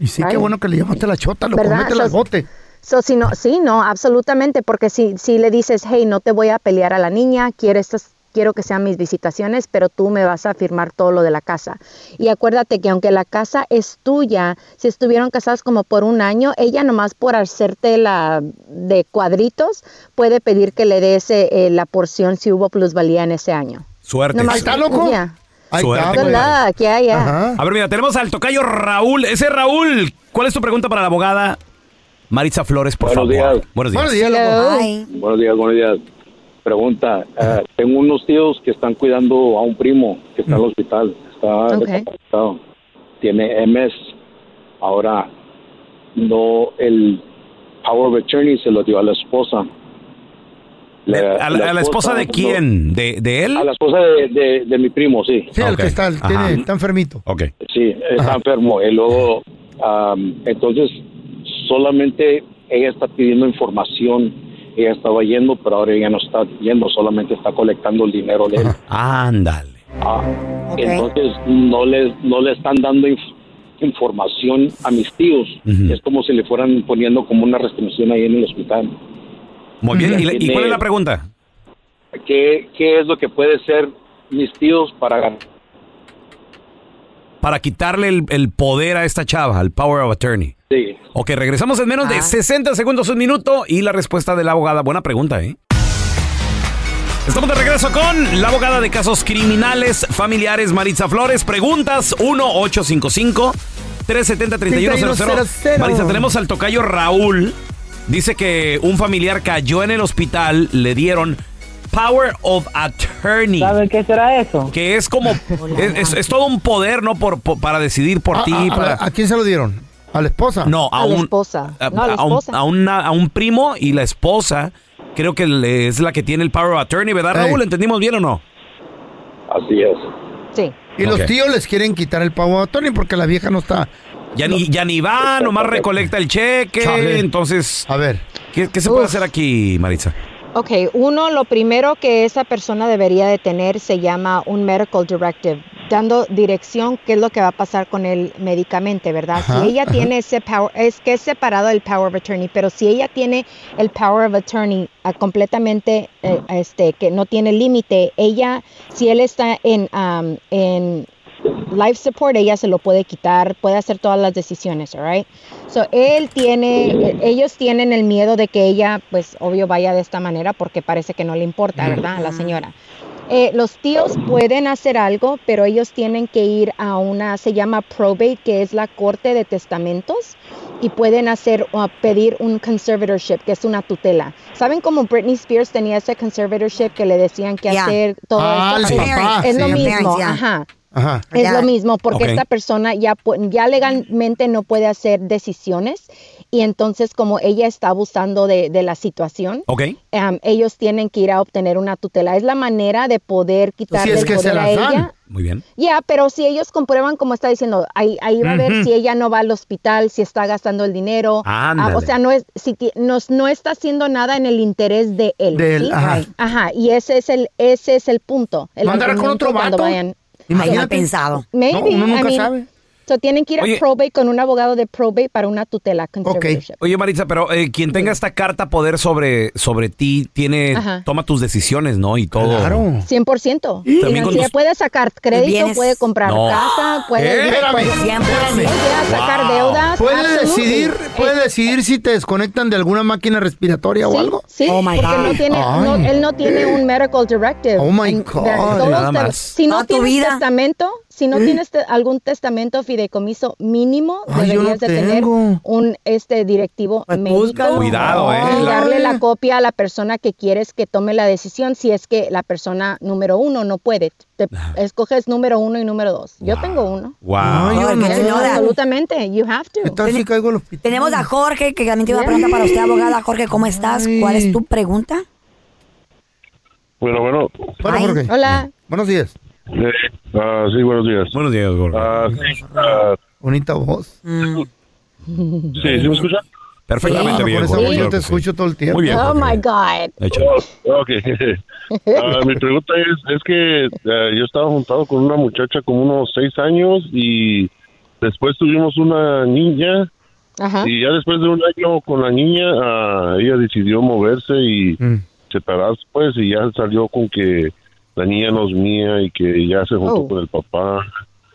B: Y sí, qué
Q: Ay.
B: bueno que le llamaste la chota, lo
Q: ¿Verdad?
B: métela al
Q: Los-
B: bote.
Q: So, si no, sí, no, absolutamente, porque si, si le dices, hey, no te voy a pelear a la niña, quiero, estas, quiero que sean mis visitaciones, pero tú me vas a firmar todo lo de la casa. Y acuérdate que aunque la casa es tuya, si estuvieron casados como por un año, ella nomás por hacerte la de cuadritos, puede pedir que le des eh, eh, la porción si hubo plusvalía en ese año.
A: Suerte.
Q: Nomás- Yeah.
A: Ahí Suerte, está,
Q: Good
A: compadre.
Q: luck, yeah, yeah.
A: A ver, mira, tenemos al tocayo Raúl. Ese Raúl, ¿cuál es tu pregunta para la abogada Maritza Flores, por
T: Buenos
A: favor?
T: días.
A: Buenos días.
T: Buenos días, buenos días. Pregunta, eh, tengo unos tíos que están cuidando a un primo que está en
A: Mm.
T: el hospital, está
U: Ok.
T: discapacitado, tiene MS. Ahora, no, el power of attorney se lo dio a la esposa.
A: ¿A la, a la esposa de
T: no-
A: quién? ¿De, de él?
T: a la esposa de, de- de mi primo, sí.
B: Sí, el que está, el tiene- está enfermito.
A: Ok.
T: Sí, está enfermo. Y luego, am, entonces, solamente ella está pidiendo información ella estaba yendo, pero ahora ella no está yendo, solamente está colectando el dinero de él.
A: Ándale.
T: Ah, Entonces no les no le están dando inf- información a mis tíos.
A: Ujú.
T: Es como si le fueran poniendo como una restricción ahí en el hospital.
A: Muy bien. ¿Y, la- y cuál es
T: Tiene-
A: la pregunta?
T: ¿Qué, qué es lo que puede ser mis tíos para
A: Para quitarle el, el poder a esta chava, el power of attorney.
T: Sí.
A: Ok, regresamos en menos de 60 segundos, un minuto y la respuesta de la abogada. Buena pregunta, ¿eh? Estamos de regreso con la abogada de casos criminales familiares Maritza Flores. Preguntas 1-855-370-3100.
B: 3100.
A: Maritza, tenemos al tocayo Raúl. Dice que un familiar cayó en el hospital, le dieron Power of Attorney. ¿Sabe
R: qué será eso?
A: Que es como... es, es- es todo un poder, ¿no? Por, por- para decidir por
B: ¿A,
A: ti.
B: Ah, a-
A: para-
B: a- a quién se lo dieron? ¿A la esposa?
A: No, a, un, a,
B: Ah, No, a la
A: a un,
B: esposa.
A: a una- a un primo y la esposa creo que le- es la que tiene el power of attorney, ¿verdad, Raúl? ¿Entendimos bien o no?
T: Así es.
Q: Sí.
B: Y los
A: Ok.
B: tíos les quieren quitar el pavo a Tony porque la vieja no está.
A: Ya ni, ya ni va, nomás recolecta el cheque.
B: Chale.
A: Entonces,
B: a ver.
A: ¿qué, qué se puede hacer aquí, Maritza?
Q: Ok, uno, lo primero que esa persona debería de tener se llama un medical directive, dando dirección qué es lo que va a pasar con el medicamento, ¿verdad?
U: Ajá,
Q: si ella
U: ajá.
Q: tiene ese power, es que es separado del power of attorney, pero si ella tiene el power of attorney ah, completamente, eh, este, que no tiene límite, ella, si él está en, um, en life support, ella se lo puede quitar, puede hacer todas las decisiones, alright? So él tiene, eh, ellos tienen el miedo de que ella, pues obvio vaya de esta manera porque parece que no le importa, ¿verdad? A la señora. Eh, los tíos pueden hacer algo, pero ellos tienen que ir a una, se llama probate, que es la corte de testamentos, y pueden hacer o pedir un conservatorship, que es una tutela. ¿Saben cómo Britney Spears tenía ese conservatorship que le decían que
D: Yeah.
Q: hacer todo
D: Ah,
Q: esto?
D: el
Q: Ajá.
D: papá,
Q: es
D: sí.
Q: lo mismo,
D: Parents, yeah.
Q: ajá.
B: Ajá.
Q: Es lo mismo, porque
D: Ok.
Q: esta persona ya, pu- ya legalmente no puede hacer decisiones y entonces como ella está abusando de, de la situación,
A: Ok.
Q: em, ellos tienen que ir a obtener una tutela. Es la manera de poder
B: Pues
Q: quitarle
A: es
Q: el
A: que se
Q: poder
A: las
Q: a
A: dan.
Q: ella.
A: Muy bien.
Q: Ya, pero si ellos comprueban, como está diciendo, ahí, ahí va a ver
A: Ujú.
Q: si ella no va al hospital, si está gastando el dinero. Ah,
A: Ándale.
Q: o sea, no, es, si ti- no, no está haciendo nada en el interés de él.
B: De él,
Q: ¿sí?
B: ajá.
Q: Right. Ajá, y ese es el, ese es el punto. El
B: ¿No andará con
Q: argumento
B: otro
Q: cuando
B: vato?
Q: vayan-
B: Imagínate.
Q: Ay,
B: Pensado.
Q: Maybe,
B: No, uno
Q: I
B: nunca
Q: mean,
B: sabe.
Q: so tienen que ir
A: Oye.
Q: a probate con un abogado de probate para una tutela conservatorship.
A: Oye, Maritza, pero eh, quien tenga esta carta poder sobre, sobre ti, tiene,
Q: Ajá.
A: toma tus decisiones, ¿no? Y todo.
Q: Claro. 100%.
A: ¿Y?
Q: Mira,
A: También con
Q: si
A: tus-
Q: le puede sacar crédito,
D: Bienes.
Q: puede comprar
A: No.
Q: casa, puede,
B: Espérame,
Q: puede-
B: espérame.
Q: puede sacar deuda.
B: ¿Puede
Q: absolutely.
B: decidir, puede decidir si te desconectan de alguna máquina respiratoria o algo?
Q: Sí, porque no tiene, no-
B: Ay.
Q: él no tiene un medical directive.
B: Oh, my
Q: En-
B: God.
Q: todos
B: Nada
Q: te-
B: más.
Q: Si no tienes testamento, si no tienes te- algún testamento fideicomiso mínimo,
A: Ay, yo no
Q: deberías de tener
A: tengo.
Q: un este directivo médico.
A: búscalo. Cuidado, eh.
Q: Y
A: Ay.
Q: darle la copia a la persona que quieres que tome la decisión si es que la persona número uno no puede. Te escoges número uno y número dos. Yo tengo uno.
A: Wow.
Q: Yes, Absolutamente. You have to.
D: Tenemos a Jorge, que también tiene una pregunta para usted, abogada. Jorge, ¿cómo estás? ¿Cuál es tu pregunta?
V: Bueno, bueno.
B: Bueno, Jorge.
Q: Hola.
B: Buenos días.
V: Eh, ah, sí, buenos días. Ah,
A: Buenos días, Gordo.
B: Bonita voz.
V: sí, ¿sí me escucha?
A: Perfectamente bien,
B: Con esa
A: Jorge,
B: voz yo
A: claro
B: te
A: que sí.
B: escucho todo el tiempo.
A: Muy bien,
Q: Oh my God.
V: Oh, ok. Ah, mi pregunta es, es que ah, yo estaba juntado con una muchacha como unos seis años y después tuvimos una niña
Q: Ajá.
V: y ya después de un año con la niña ah, ella decidió moverse y
A: Mm.
V: separarse pues y ya salió con que la niña no es mía y que ya se juntó
Q: Oh.
V: con el papá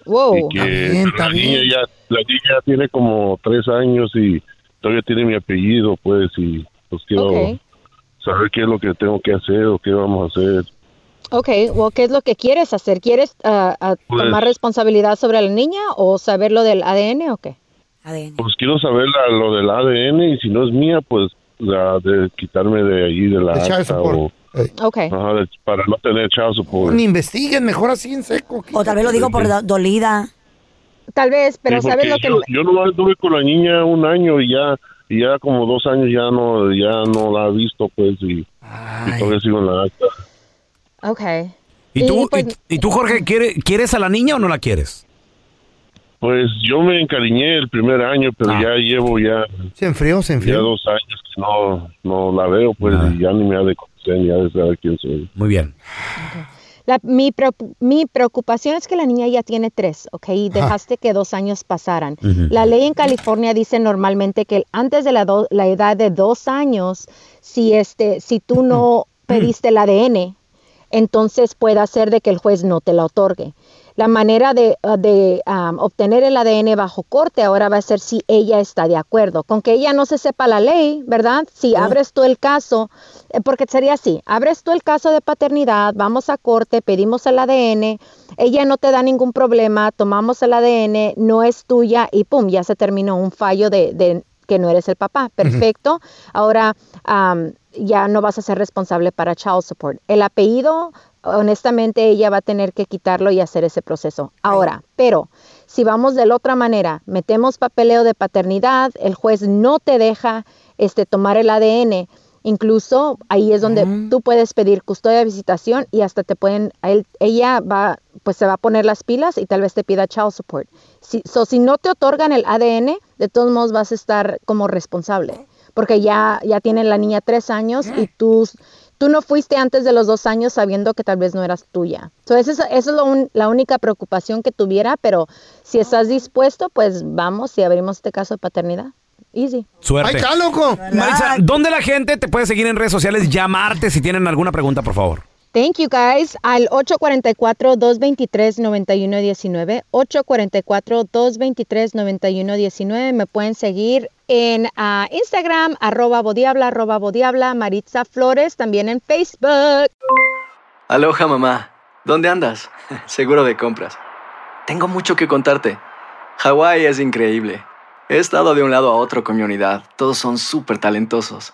Q: Wow.
V: y que la niña ya la niña tiene como tres años y todavía tiene mi apellido pues y pues quiero
Q: Ok.
V: saber qué es lo que tengo que hacer o qué vamos a hacer
Q: Ok, well, ¿qué es lo que quieres hacer? ¿Quieres ah, ah,
V: Pues-
Q: tomar responsabilidad sobre la niña o saber lo del ADN o qué?
V: pues quiero saber la- lo del ADN y si no es mía pues la de quitarme de allí de la
B: De child
V: acta
B: support.
V: o-
Q: Ok.
V: Ajá, de- para no tener child support
B: Ni investiguen, mejor así en seco.
D: O tal vez lo digo por do- dolida.
Q: Tal vez,
V: Sí, porque yo, yo nomás estuve con la niña un año y ya y ya como dos años ya no ya no la he visto pues y, y todavía sigo en la acta
Q: Ok.
A: ¿Y tú,
Q: pues,
A: y, y tú Jorge, ¿quiere- quieres a la niña o no la quieres?
V: Pues yo me encariñé el primer año, pero ya llevo ya,
B: Ah. Se enfrió, se
V: ya
B: enfrió. Ah.
V: dos años que no, no la veo, pues y ya ni me ha de conocer, ni ha de saber quién soy.
A: Muy bien.
Q: La- mi, preocu- mi preocupación es que la niña ya tiene tres, ¿ok? Y
R: Ajá.
Q: dejaste que dos años pasaran.
N: Mm.
R: Ujú.
Q: La ley en California dice normalmente que antes de la, do- la edad de dos años, si, este, si tú no pediste el ADN, entonces puede ser de que el juez no te la otorgue. La manera de, uh, de, um, obtener el ADN bajo corte ahora va a ser si ella está de acuerdo. Con que ella no se sepa la ley, ¿verdad? Si abres tú el caso, eh, porque sería así, abres tú el caso de paternidad, vamos a corte, pedimos el ADN, ella no te da ningún problema, tomamos el ADN, no es tuya y pum, ya se terminó un fallo de, de que no eres el papá. Perfecto. Ahora am, ya no vas a ser responsable para child support. El apellido, honestamente, ella va a tener que quitarlo y hacer ese proceso. Ahora, pero si vamos de la otra manera, metemos papeleo de paternidad, el juez no te deja este, tomar el ADN. Incluso ahí es donde tú puedes pedir custodia de visitación y hasta te pueden, a él- ella va, pues se va a poner las pilas y tal vez te pida child support. Si, so, si no te otorgan el ADN, de todos modos vas a estar como responsable, porque ya, ya tiene la niña tres años y tú, tú no fuiste antes de los dos años sabiendo que tal vez no eras tuya. So, esa es, esa es lo un- la única preocupación que tuviera, pero si estás dispuesto, pues vamos y abrimos este caso de paternidad. Easy.
A: Suerte.
Q: Ahí está, loco.
A: Maritza, ¿dónde la gente te puede seguir en redes sociales? Llamarte si tienen alguna pregunta, por favor.
Q: Thank you guys al 844-223-9119, 844-223-9119. Me pueden seguir en ah, Instagram, arroba bodiabla, arroba bodiabla, Maritza Flores, también en Facebook.
J: Aloha mamá, ¿dónde andas? Seguro de compras. Tengo mucho que contarte. Hawái es increíble. He estado de un lado a otro con mi unidad. Todos son súper talentosos.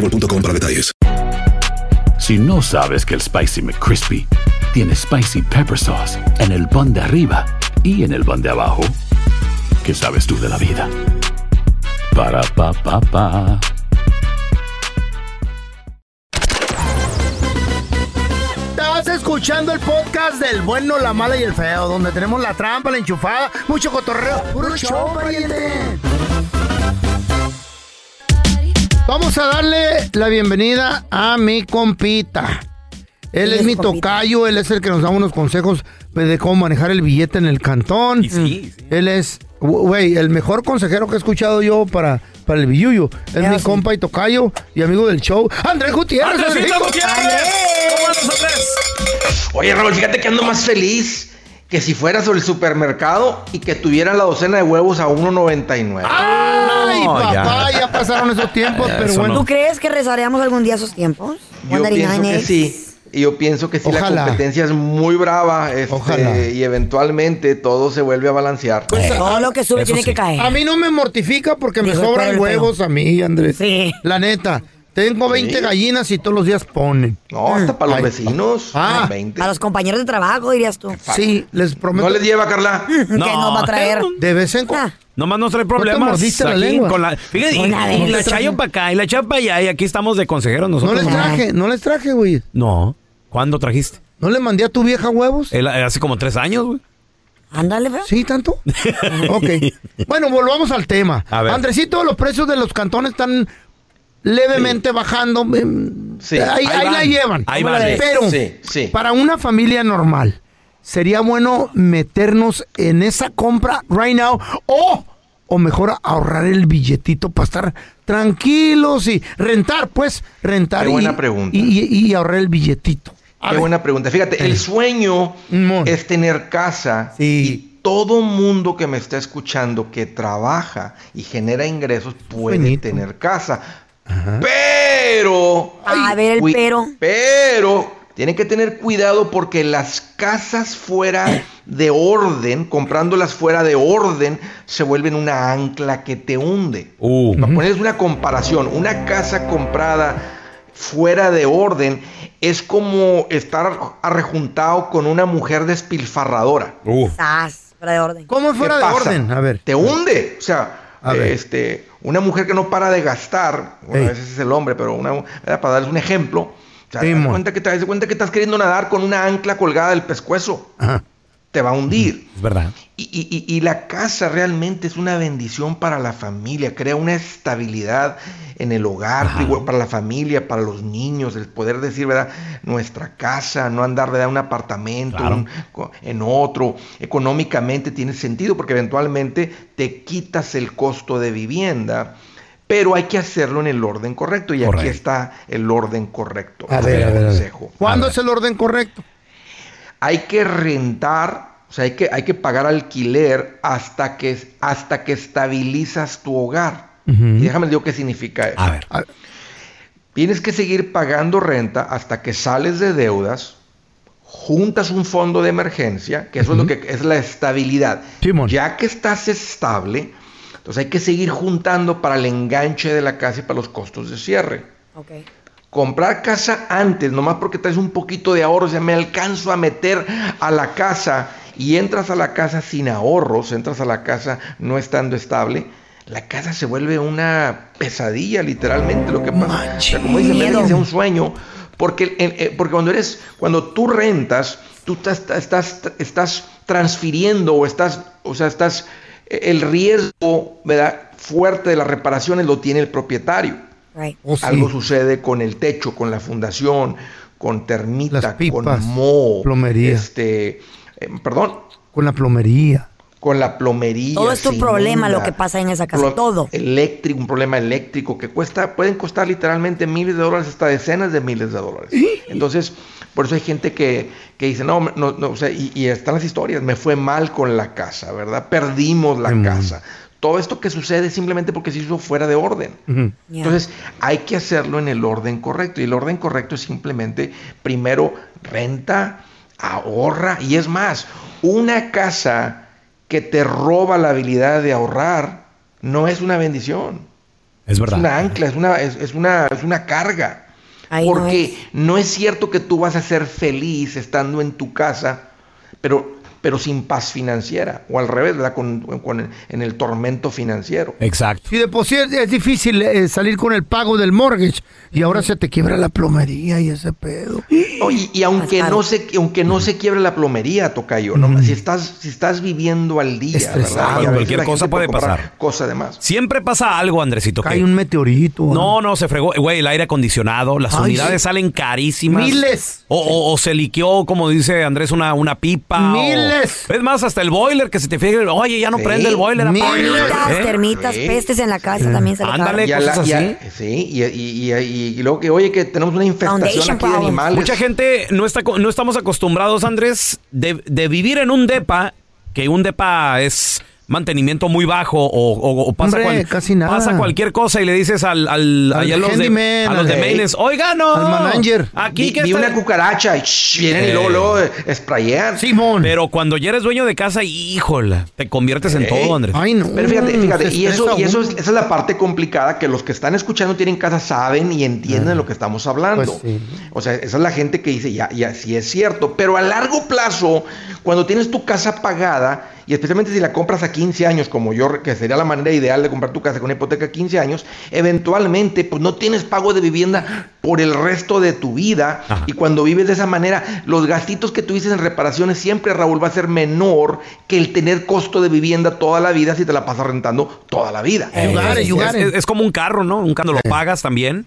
O: para detalles.
P: Si no sabes que el Spicy McCrispy tiene Spicy Pepper Sauce en el pan de arriba y en el pan de abajo, ¿qué sabes tú de la vida? Para, pa, pa, pa.
B: Estás escuchando el podcast del bueno, la mala y el feo, donde tenemos la trampa, la enchufada, mucho cotorreo. ¡Puro show, pariente! Vamos a darle la bienvenida a mi compita. Él
U: ¿Quién
B: es
U: es
B: mi
U: compita?
B: tocayo, él es el que nos da unos consejos pues, de cómo manejar el billete en el cantón. Él es, güey, el mejor consejero que he escuchado yo para, para el billuyo. Es mi compa y tocayo y amigo del show, Andrés Gutiérrez.
W: ¡Andresito
B: Andresito.
W: Gutiérrez! ¿Cómo andas, Andrés?
U: Oye, Raúl, fíjate que ando más feliz que si fueras al supermercado y que tuvieran la docena de huevos a 1.99.
B: ¡Ay,
U: No,
B: papá! Ya.
U: ya.
B: pasaron esos tiempos,
U: Ya,
B: pero
U: eso
B: bueno.
U: no.
D: ¿Tú crees que rezaremos algún día esos tiempos?
U: Yo
D: 199
U: pienso que
D: eggs.
U: sí. y Yo pienso que sí,
B: Ojalá.
U: la competencia es muy brava. este,
B: Ojalá. Pues,
U: Y eventualmente todo se vuelve a balancear.
B: Eh, A mí no me mortifica porque me
U: Dijo el
B: sobran
U: perro.
B: huevos a mí, Andrés. La neta. Tengo 20
U: Sí.
B: gallinas y todos los días ponen.
U: No, hasta para los vecinos,
B: Ah,
U: hay 20.
D: A los compañeros de trabajo, dirías tú.
B: Sí, les prometo.
U: ¿No les lleva, Carla?
D: Que nos va a traer. Ah.
B: De vez en cuando.
A: Nomás nos trae problemas.
B: mordiste la
A: aquí
B: lengua?
A: Con la, fíjate, y-
B: Una
A: y
B: vez.
A: la chayo para acá y la chapa allá y aquí estamos de consejeros
B: No
A: nosotros.
B: les traje, no les traje, güey.
A: No. ¿Cuándo trajiste?
B: ¿No le mandé a tu vieja huevos?
A: El- eh, hace como tres años, güey.
D: Ándale, feo.
B: Sí, tanto. ok. Bueno, volvamos al tema.
A: A ver.
B: Andresito, los precios de los cantones están levemente bajando. em,
U: Sí,
B: Ahí,
U: ahí
B: ahí la
U: van.
B: llevan.
U: Ahí van.
B: Pero
U: Sí, sí.
B: para una familia normal, sería bueno meternos en esa compra right now o, o mejor ahorrar el billetito para estar tranquilos y rentar, pues, rentar
U: Qué
B: y,
U: buena pregunta.
B: y- y- y ahorrar el billetito.
U: Qué buena pregunta. Fíjate, el sueño es tener casa y todo mundo que me está escuchando que trabaja y genera ingresos puede
B: Sueñito.
U: tener casa. Pero.
D: A ver, el
U: cui-
D: pero.
U: Pero. Tienen que tener cuidado porque las casas fuera de orden, comprándolas fuera de orden, se vuelven una ancla que te hunde. Para ponerles una comparación, una casa comprada fuera de orden es como estar arrejuntado con una mujer despilfarradora.
D: Sas, fuera de orden.
B: ¿Cómo
U: ¿Qué pasa? Te hunde. O sea,
B: A ver.
U: este, una mujer que no para de gastar, bueno,
B: Ey.
U: a veces es el hombre, pero una, ¿verdad? para darles un ejemplo, o sea, te, das
B: Simón.
U: cuenta que te das cuenta que estás queriendo nadar con una ancla colgada del pescuezo. Te va a hundir.
A: Es verdad.
U: Y, y- y- y la casa realmente es una bendición para la familia, crea una estabilidad en el hogar, digo, para la familia, para los niños, el poder decir, ¿verdad? Nuestra casa, no andar, ¿verdad? Un apartamento, un- co- en otro, económicamente tiene sentido porque eventualmente te quitas el costo de vivienda, pero hay que hacerlo en el orden correcto y aquí está el orden correcto.
B: A ver, a ver, a ver. ¿Cuándo es
U: el orden correcto? Hay que rentar, o sea, hay que, hay que pagar alquiler hasta que, hasta que estabilizas tu hogar. Y déjame digo qué significa eso. A ver. Tienes que seguir pagando renta hasta que sales de deudas, juntas un fondo de emergencia, que eso es lo que es la estabilidad. Ya que estás estable, entonces hay que seguir juntando para el enganche de la casa y para los costos de cierre.
D: Ok.
U: Comprar casa antes, nomás porque traes un poquito de ahorros, ya me alcanzo a meter a la casa y entras a la casa sin ahorros, entras a la casa no estando estable, la casa se vuelve una pesadilla literalmente lo que pasa. O sea, como dicen, vete que sea un sueño, porque, en- eh, porque cuando eres, cuando tú rentas, tú estás, estás, estás transfiriendo o estás, o sea, estás, eh, el riesgo, ¿verdad? Fuerte de las reparaciones lo tiene el propietario.
D: Right.
U: Algo sucede con el techo, con la fundación, con termita, con moho,
B: plomería.
U: este, eh, perdón,
B: Con la plomería.
U: con la plomería.
D: Todo es tu
U: se
D: problema
U: inunda,
D: lo que pasa en esa casa.
U: pro-
D: Todo.
U: Eléctrico, un problema eléctrico que cuesta, pueden costar literalmente miles de dólares hasta decenas de miles de dólares. Entonces, por eso hay gente que, que dice, no, no, no, o sea, y, y están las historias, me fue mal con la casa, ¿verdad? Perdimos la casa. Todo esto que sucede es simplemente porque se hizo fuera de orden. Entonces, hay que hacerlo en el orden correcto. Y el orden correcto es simplemente, primero, renta, ahorra. Y es más, una casa que te roba la habilidad de ahorrar no es una bendición.
A: Es
U: Es una ancla, es una, es, es una, es una carga.
D: no
U: Porque no es. cierto que tú vas a ser feliz estando en tu casa, pero, pero sin paz financiera. O al revés, ¿verdad? Con, con- en el tormento financiero.
A: Exacto.
B: Si de por sí es, es difícil eh, salir con el pago del mortgage y ahora se te quiebra la plomería y ese pedo.
U: No, y, y aunque no se aunque no se quiebre la plomería, tocayo, ¿no? si estás si estás viviendo al día, ¿verdad?
A: Estresado.
U: Y a veces
A: Cualquier
U: la gente
A: cosa puede
U: comprar
A: pasar.
U: Cosa de más.
A: Siempre pasa algo, Andresito. Hay
B: un meteorito.
A: No, no, se fregó. Güey, el aire acondicionado, las
B: Ay,
A: unidades
B: sí.
A: salen carísimas.
B: Miles.
A: O, o- o se liqueó, como dice Andrés, una, una pipa. o-
D: Miles.
A: es más, hasta el boiler que se te fije. Oye, ya no prende el boiler. ¿Eh?
D: Termitas,
A: apaga.
D: termitas,
U: Sí.
D: pestes en la casa también se le
A: Ándale,
U: Y a la-
A: cosas
U: y a-
A: así.
U: sí, y, y- y- y- y luego que, oye, que tenemos una infestación aquí de animales.
A: Mucha gente no está co- no estamos acostumbrados, Andrés, de, de vivir en un depa, que un depa es mantenimiento muy bajo o, o- o pasa,
B: Hombre, casi nada.
A: pasa cualquier cosa y le dices al, al,
B: Al
A: allá a los de, eh.
B: handyman,
A: a los de
B: al-
A: maintenance, oiga, no,
B: al manager.
A: aquí
U: Vi-
A: que
U: vi
A: está-
U: una cucaracha y shh, vienen y
A: Eh.
U: luego, luego eh, sprayean.
A: Pero cuando ya eres dueño de casa, híjole, te conviertes en todo, Andrés.
U: Pero fíjate, fíjate,
A: Se
U: y eso,
A: estresa
U: y eso
A: uno.
U: es, esa es la parte complicada que los que están escuchando tienen casa saben y entienden de lo que estamos hablando. O sea, esa es la gente que dice, ya, ya, sí es cierto. Pero a largo plazo, cuando tienes tu casa pagada, y especialmente si la compras a 15 años, como yo, que sería la manera ideal de comprar tu casa con una hipoteca a 15 años, eventualmente, pues no tienes pago de vivienda por el resto de tu vida. Y cuando vives de esa manera, los gastitos que tuviste en reparaciones siempre, Raúl, va a ser menor que el tener costo de vivienda toda la vida si te la pasas rentando toda la vida.
A: Eh, es- es, es como un carro, ¿no? Un carro lo pagas también.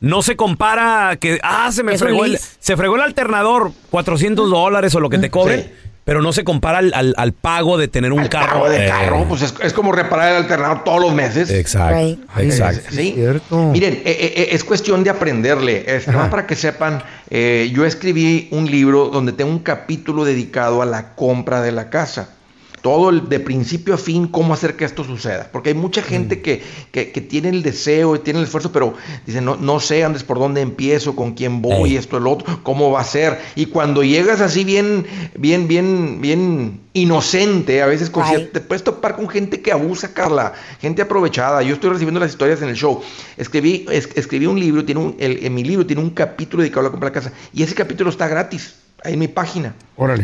A: No se compara a que, ah, se me
U: Es un
A: fregó el,
U: lease.
A: se fregó el alternador, 400 dólares o lo que te cobren. Pero no se compara al, al- al pago de tener un carro.
U: pago de
A: Eh,
U: carro, pues es, es como reparar el alternador todos los meses. Eh,
A: Exacto, Right. exacto.
U: Sí, Miren, eh, eh, eh, es cuestión de aprenderle. Es- nada más para que sepan, eh, yo escribí un libro donde tengo un capítulo dedicado a la compra de la casa. Todo el- de principio a fin, cómo hacer que esto suceda. Porque hay mucha gente que, que- que tiene el deseo y tiene el esfuerzo, pero dicen, no, no sé, Andrés, por dónde empiezo, con quién voy,
A: Ey.
U: esto, el otro, cómo va a ser. Y cuando llegas así bien, bien, bien, bien inocente, a veces con cier- te puedes topar con gente que abusa, Carla, gente aprovechada. Yo estoy recibiendo las historias en el show. Escribí, es- escribí un libro, tiene un, el- en mi libro tiene un capítulo dedicado a la compra de la casa. Y ese capítulo está gratis, ahí en mi página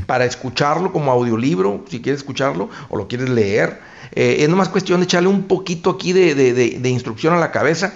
U: para escucharlo como audiolibro, si quieres escucharlo o lo quieres leer. Eh, es nomás cuestión de echarle un poquito aquí de, de- de- de instrucción a la cabeza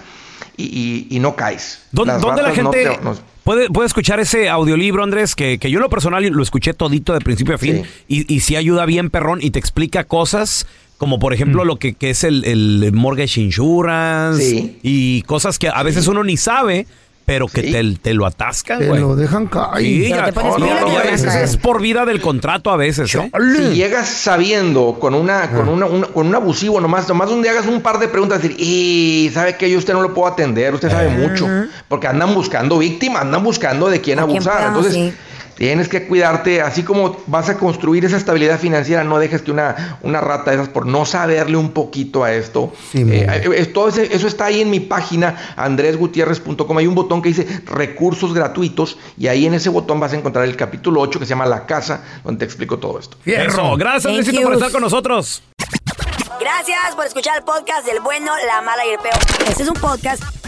U: y, y- y no caes.
A: ¿Dó-
U: Las
A: ¿Dónde la
U: ratas no
A: gente
U: te- no-
A: puede, puede escuchar ese audiolibro, Andrés? Que, que yo en lo personal lo escuché todito de principio a fin y, y sí ayuda bien, perrón, y te explica cosas como, por
U: Mm.
A: ejemplo, lo que, que es el, el mortgage insurance y cosas que a veces uno ni sabe, pero que te, te lo atascan,
B: Te
A: güey.
B: lo dejan caer.
A: Sí, ya- no, no,
B: que
A: y a
B: ya
A: veces
B: ves.
A: es por vida del contrato a veces, ¿eh?
U: Si llegas sabiendo con
D: Ah.
U: una, con una, una- con un abusivo nomás, nomás donde hagas un par de preguntas, decir, y sabe que yo a usted no lo puedo atender, usted
D: Ah.
U: sabe mucho, porque andan buscando víctimas, andan buscando de quién
D: ¿A quién
U: abusar.
D: pegamos?
U: Entonces,
D: Sí.
U: tienes que cuidarte, así como vas a construir esa estabilidad financiera, no dejes que una, una rata de esas por no saberle un poquito a esto. eh, es- todo ese- eso está ahí en mi página, andresgutierrez.com. Hay un botón que dice recursos gratuitos, y ahí en ese botón vas a encontrar el capítulo 8 que se llama La Casa, donde te explico todo esto.
A: Eso, gracias,
D: Thank
A: Andresito,
D: you.
A: por estar con nosotros.
D: Gracias por escuchar el podcast del bueno, la mala y el peor. Este es un podcast